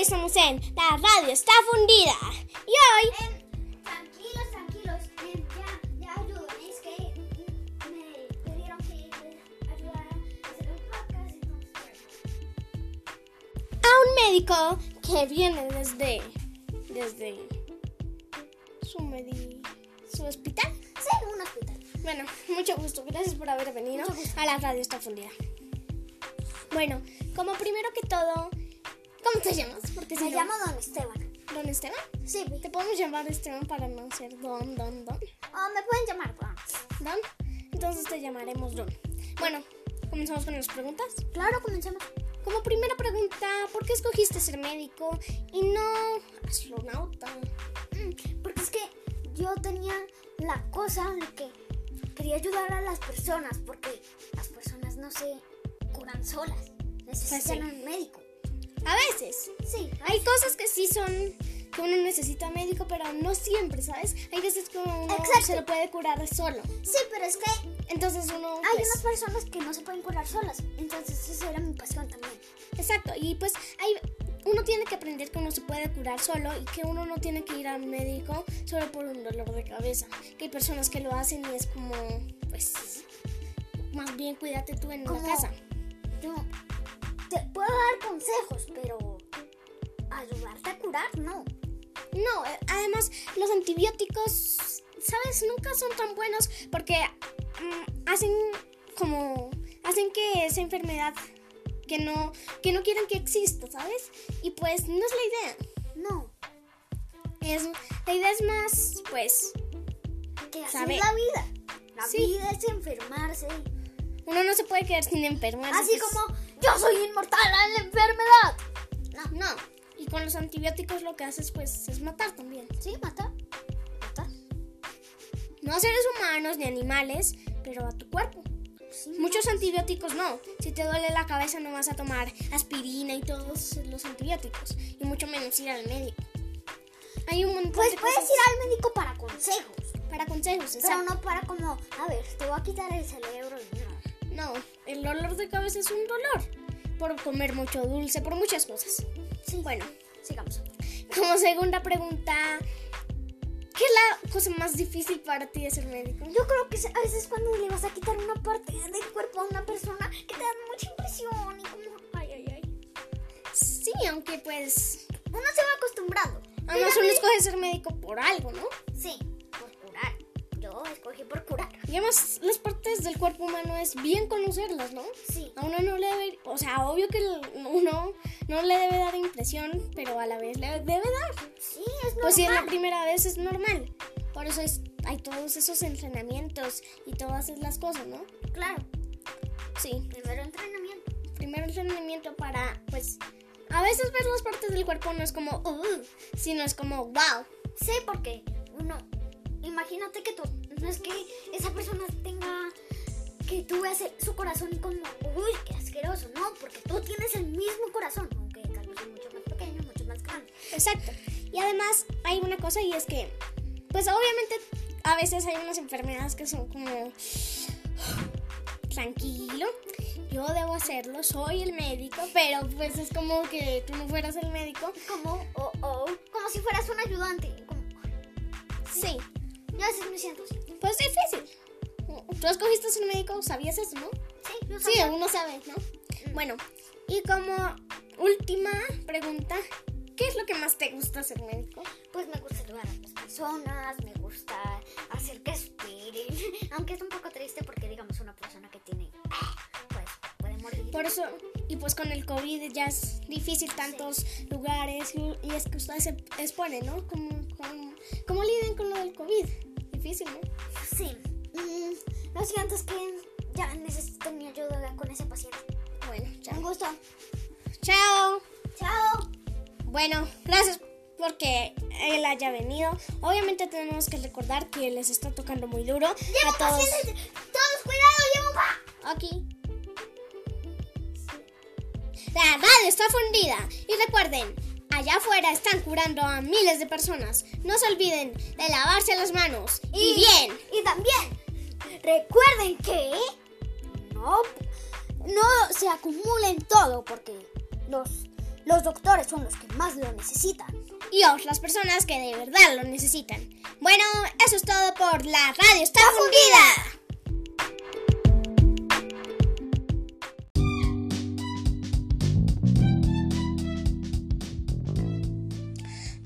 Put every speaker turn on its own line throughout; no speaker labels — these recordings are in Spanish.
estamos en La Radio Está Fundida. Y hoy
Em, tranquilos, tranquilos. Em, ya, ya ayudan. Es que mm, me pidieron que les ayudara a hacer un podcast. Entonces, bueno.
a un médico que viene desde. desde. su, medi- su hospital.
Sí, un hospital.
Bueno, mucho gusto. Gracias por haber venido a la radio esta fundida. Bueno, como primero que todo, ¿cómo te llamas? Porque
Se llama Don Esteban.
Don Esteban.
Sí, vi.
Te podemos llamar Esteban para no ser Don, Don, Don.
Ah, me pueden llamar Don.
Don. Entonces te llamaremos Don. Bueno, comenzamos con las preguntas.
Claro, comencemos.
Como primera pregunta, ¿por qué escogiste ser médico y no astronauta?
Mm, Porque es que yo tenía la cosa de que quería ayudar a las personas. Porque las personas no se curan solas.
Pues
Necesitan
sí.
un médico.
A veces.
Sí,
Hay cosas que sí son que uno necesita médico, pero no siempre, ¿sabes? Hay veces que uno
Exacto.
se lo puede curar solo.
sí, pero es que
Entonces uno...
Hay
pues,
unas personas que no se pueden curar solas, entonces esa era mi pasión también.
Exacto, y pues hay, uno tiene que aprender que uno se puede curar solo y que uno no tiene que ir al médico solo por un dolor de cabeza. Que hay personas que lo hacen y es como, pues, más bien cuídate tú en
Como-
la casa.
Yo te puedo dar consejos, pero ayudarte a curar, no.
No, eh, además los antibióticos, ¿sabes? Nunca son tan buenos porque mm, hacen como, hacen que esa enfermedad que no, que no quieren que exista, ¿sabes? Y pues no es la idea.
No,
Es, la idea es más, pues,
que así
Sabe-
es la vida. La
Sí.
vida es enfermarse.
Uno no se puede quedar sin enfermarse.
Así
pues.
como yo soy inmortal a la enfermedad. No,
No. Y con los antibióticos lo que haces pues es matar también.
sí, matar. Matar.
No a seres humanos ni animales, pero a tu cuerpo.
Sí.
Muchos antibióticos no. Si te duele la cabeza no vas a tomar aspirina y todos los antibióticos. Y mucho menos ir al médico. Hay un montón
Pues
de
puedes
cosas
ir al médico para consejos,
para consejos.
pero
exacto.
no para como, a ver, te voy a quitar el cerebro. No.
No, el dolor de cabeza es un dolor. Por comer mucho dulce, por muchas cosas.
Sí,
Bueno,
sigamos.
como segunda pregunta, ¿qué es la cosa más difícil para ti de ser médico?
Yo creo que a veces cuando le vas a quitar una parte del cuerpo a una persona que te da mucha impresión y como, ay, ay, ay.
Sí, aunque pues.
Uno se va acostumbrado.
Además,
Yo
uno
ya
escoge ser médico por algo, ¿no?
me- Sí, por curar. Yo escogí por curar.
Y además, las partes del cuerpo humano es bien conocerlas, ¿no?
Sí.
A uno no le debe. O sea, obvio que el- uno no le debe dar impresión, pero a la vez le debe dar.
Sí, es normal.
Pues si es la primera vez, es normal. Por eso es, hay todos esos entrenamientos y todas las cosas, ¿no?
Claro,
Sí.
primero entrenamiento.
Primero entrenamiento para, pues. A veces ver las partes del cuerpo no es como, uh, sino es como, wow.
Sí, porque uno, imagínate que tú, no es que esa persona tenga, que tú veas el- su corazón y como, uy, qué asqueroso. No, porque tú tienes el mismo corazón, aunque tal vez es mucho más pequeño, mucho más grande.
Exacto. Y además hay una cosa y es que, pues obviamente a veces hay unas enfermedades que son como, tranquilo, yo debo hacerlo, soy el médico, pero pues es como que tú no fueras el médico.
como, oh, oh, como si fueras un ayudante. Como,
Sí,
yo a veces me siento así.
pues difícil. Tú escogiste ser médico, sabías eso, ¿no?
Sí, yo
Sí,
sabía.
uno sabe, ¿no? Bueno, y como última pregunta, ¿qué es lo que más te gusta ser médico?
Pues me gusta ayudar a las personas, me gusta hacer que suspiren. Aunque es un poco triste porque, digamos, una persona que tiene, pues puede morir.
Por eso, y pues con el COVID ya es difícil tantos lugares y, y es que ustedes se exponen, ¿no? ¿Cómo, cómo, cómo lidian con lo del COVID? Difícil, ¿no?
Sí. Mm, lo siguiente es que ya necesito mi ayuda con ese paciente.
Bueno,
Un
chao.
gusto.
Chao.
Chao.
Bueno, gracias porque él haya venido. Obviamente tenemos que recordar que les está tocando muy duro a todos.
Pacientes, todos cuidado, llevo un pa-
Aquí. La radio está fundida. Y recuerden, allá afuera están curando a miles de personas. No se olviden de lavarse las manos. Y bien.
Y también, recuerden que no, no se acumulen todo porque los, Los doctores son los que más lo necesitan.
Y os, las personas que de verdad lo necesitan. Bueno, eso es todo por la radio. ¡Está fundida!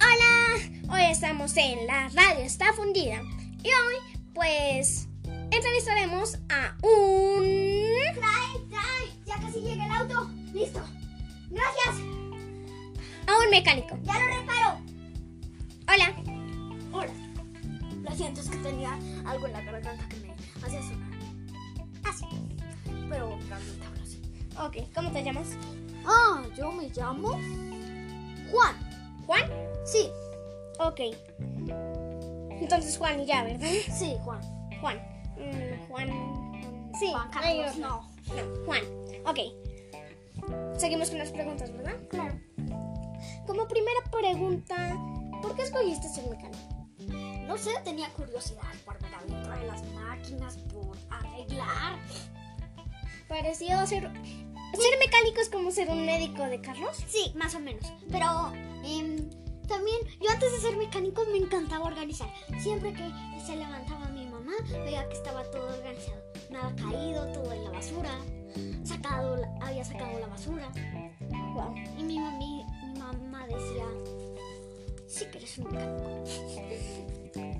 Hola, hoy estamos en la radio está fundida y hoy pues entrevistaremos a un...
¡Trae, trae! Ya casi llega el auto. Listo. Gracias.
a un mecánico.
Ya lo reparo.
Hola,
Hola. Lo siento, es que tenía algo en la garganta que me hacía sonar. Así. Pero realmente hablo así.
ok, ¿cómo te llamas?
Ah, yo me llamo Juan.
Juan.
Sí,
Ok. Entonces Juan y ya, ¿verdad?
sí, Juan.
Juan. Mm, Juan. Sí.
Juan
hay
Carlos,
otro.
no.
No, Juan. Ok. Seguimos con las preguntas, ¿verdad?
Claro.
Como primera pregunta, ¿por qué escogiste ser mecánico?
No sé, tenía curiosidad por ver adentro de las máquinas, por arreglar.
Pareció ser... Ser mecánico es como ser un médico de carros.
Sí, más o menos. Pero em, también yo antes de ser mecánico me encantaba organizar. Siempre que se levantaba mi mamá, veía que estaba todo organizado. Nada caído, todo en la basura. Sacado, la- había sacado la basura.
Wow.
Y mi, mami, mi mamá decía, sí que eres un mecánico.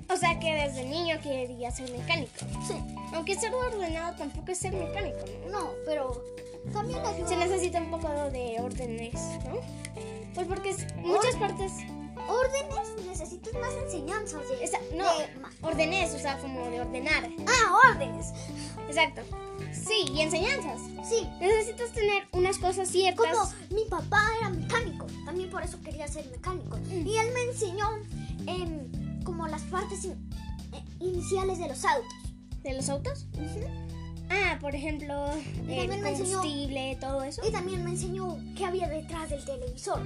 O sea que desde niño quería ser mecánico.
Sí,
Aunque ser ordenado tampoco es ser mecánico, ¿no?
no, pero también ayuda.
Se necesita un poco de órdenes, ¿no? Pues porque es- muchas partes...
órdenes, necesitas más enseñanzas. de-
esa- no,
de ma-
ordenes, o sea, como de ordenar.
ah, órdenes.
Exacto. Sí, y enseñanzas.
Sí,
Necesitas tener unas cosas ciertas.
Como mi papá era mecánico, también por eso quería ser mecánico. Y él me enseñó em, como las partes in- eh, iniciales de los autos.
¿De los autos? Ah, por ejemplo, el
también me enseñó-
combustible, todo eso.
Y también me enseñó qué había detrás del televisor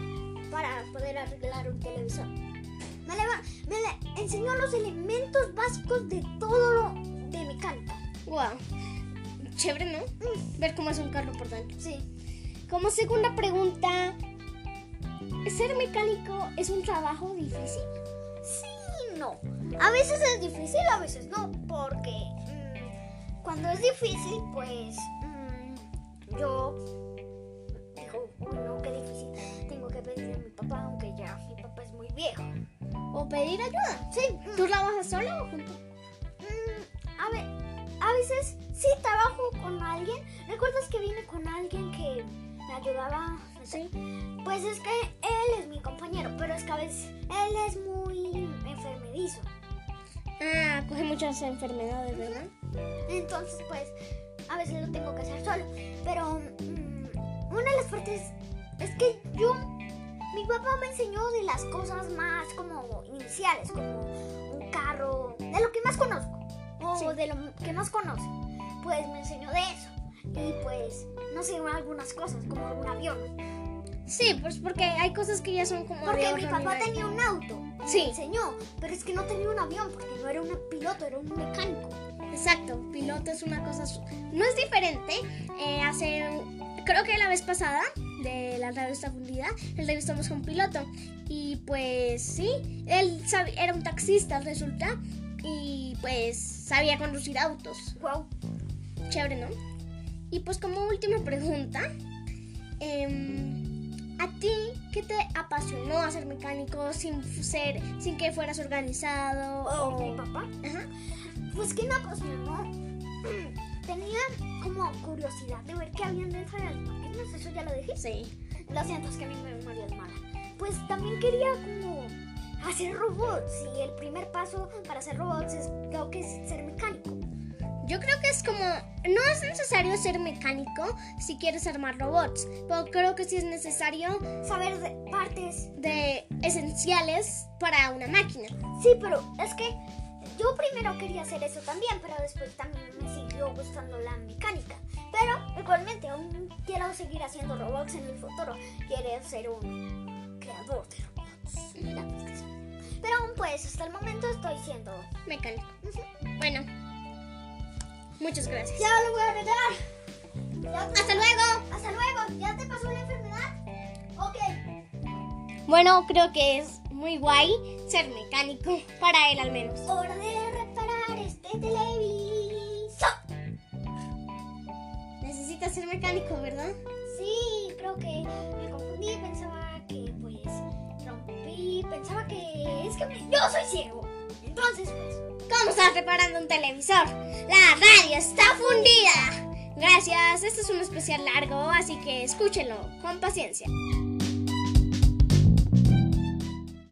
para poder arreglar un televisor. Me, leva- me le- enseñó los elementos básicos de todo lo de mecánica.
Wow. Chévere, ¿no?
Mm.
Ver cómo es un carro por dentro.
Sí.
Como segunda pregunta, ¿ser mecánico es un trabajo difícil?
Sí, no. A veces es difícil, a veces no, porque mm, cuando es difícil, pues mm, yo digo, "Uy, no, qué difícil. Tengo que pedirle a mi papá, aunque ya mi papá es muy viejo.
¿O pedir ayuda?
Sí, mm,
¿Tú trabajas sola o junto?
mm, a, ve- a veces sí trabajo con alguien. ¿Recuerdas que vine con alguien que me ayudaba?
Sí.
Pues es que él es mi compañero, pero es que a veces él es muy enfermedizo.
Ah, coge muchas enfermedades, ¿verdad?
Entonces, pues, a veces lo tengo que hacer solo. Pero mm, una de las partes es que yo, mi papá me enseñó de las cosas más como iniciales, como un carro, de lo que más conozco, o
Sí.
de lo que más conoce. Pues me enseñó de eso. Y pues, no sé, algunas cosas, como un avión.
Sí, pues porque hay cosas que ya son como
Porque
de
mi
otro
papá
nivel.
tenía un auto. y
Sí.
Me enseñó, pero es que no tenía un avión, porque no era un piloto, era un mecánico.
Exacto, piloto es una cosa... su- No es diferente. eh, hace... Creo que la vez pasada de la revista fundida, entrevistamos con un piloto. Y pues sí, él sab- era un taxista, resulta. Y pues sabía conducir autos.
Wow.
Chévere, ¿no? Y pues como última pregunta, em, ¿a ti qué te apasionó hacer mecánico sin f- ser, sin que fueras organizado? o-
mi papá.
Oh. Ajá.
Pues que me apasionó. Tenía como curiosidad de ver qué habían dentro de las máquinas, eso ya lo dije.
Sí.
Lo siento, es que mi memoria es mala. Pues también quería como hacer robots y el primer paso para hacer robots es creo que es ser mecánico.
Yo creo que es como, no es necesario ser mecánico si quieres armar robots, pero creo que sí es necesario
Saber de partes.
de esenciales para una máquina.
Sí, pero es que yo primero quería hacer eso también, pero después también me siguió gustando la mecánica. Pero igualmente aún quiero seguir haciendo robots en el futuro. Quiero ser un creador de robots. La verdad es que- Pero aún pues, hasta el momento estoy siendo...
Mecánico.
Ujú.
Bueno. Muchas gracias.
Ya lo voy a arreglar. Ya te-
Hasta luego.
Hasta luego. ¿Ya te pasó la enfermedad? Ok.
Bueno, creo que es muy guay ser mecánico, para él al menos.
Hora de reparar este televisor.
Necesitas ser mecánico, ¿verdad?
Sí, creo que me confundí, pensaba que pues rompí, pensaba que es que me- yo soy ciego. Entonces, pues,
¿Cómo estás reparando un televisor? La radio está fundida. Gracias, este es un especial largo, así que escúchenlo con paciencia.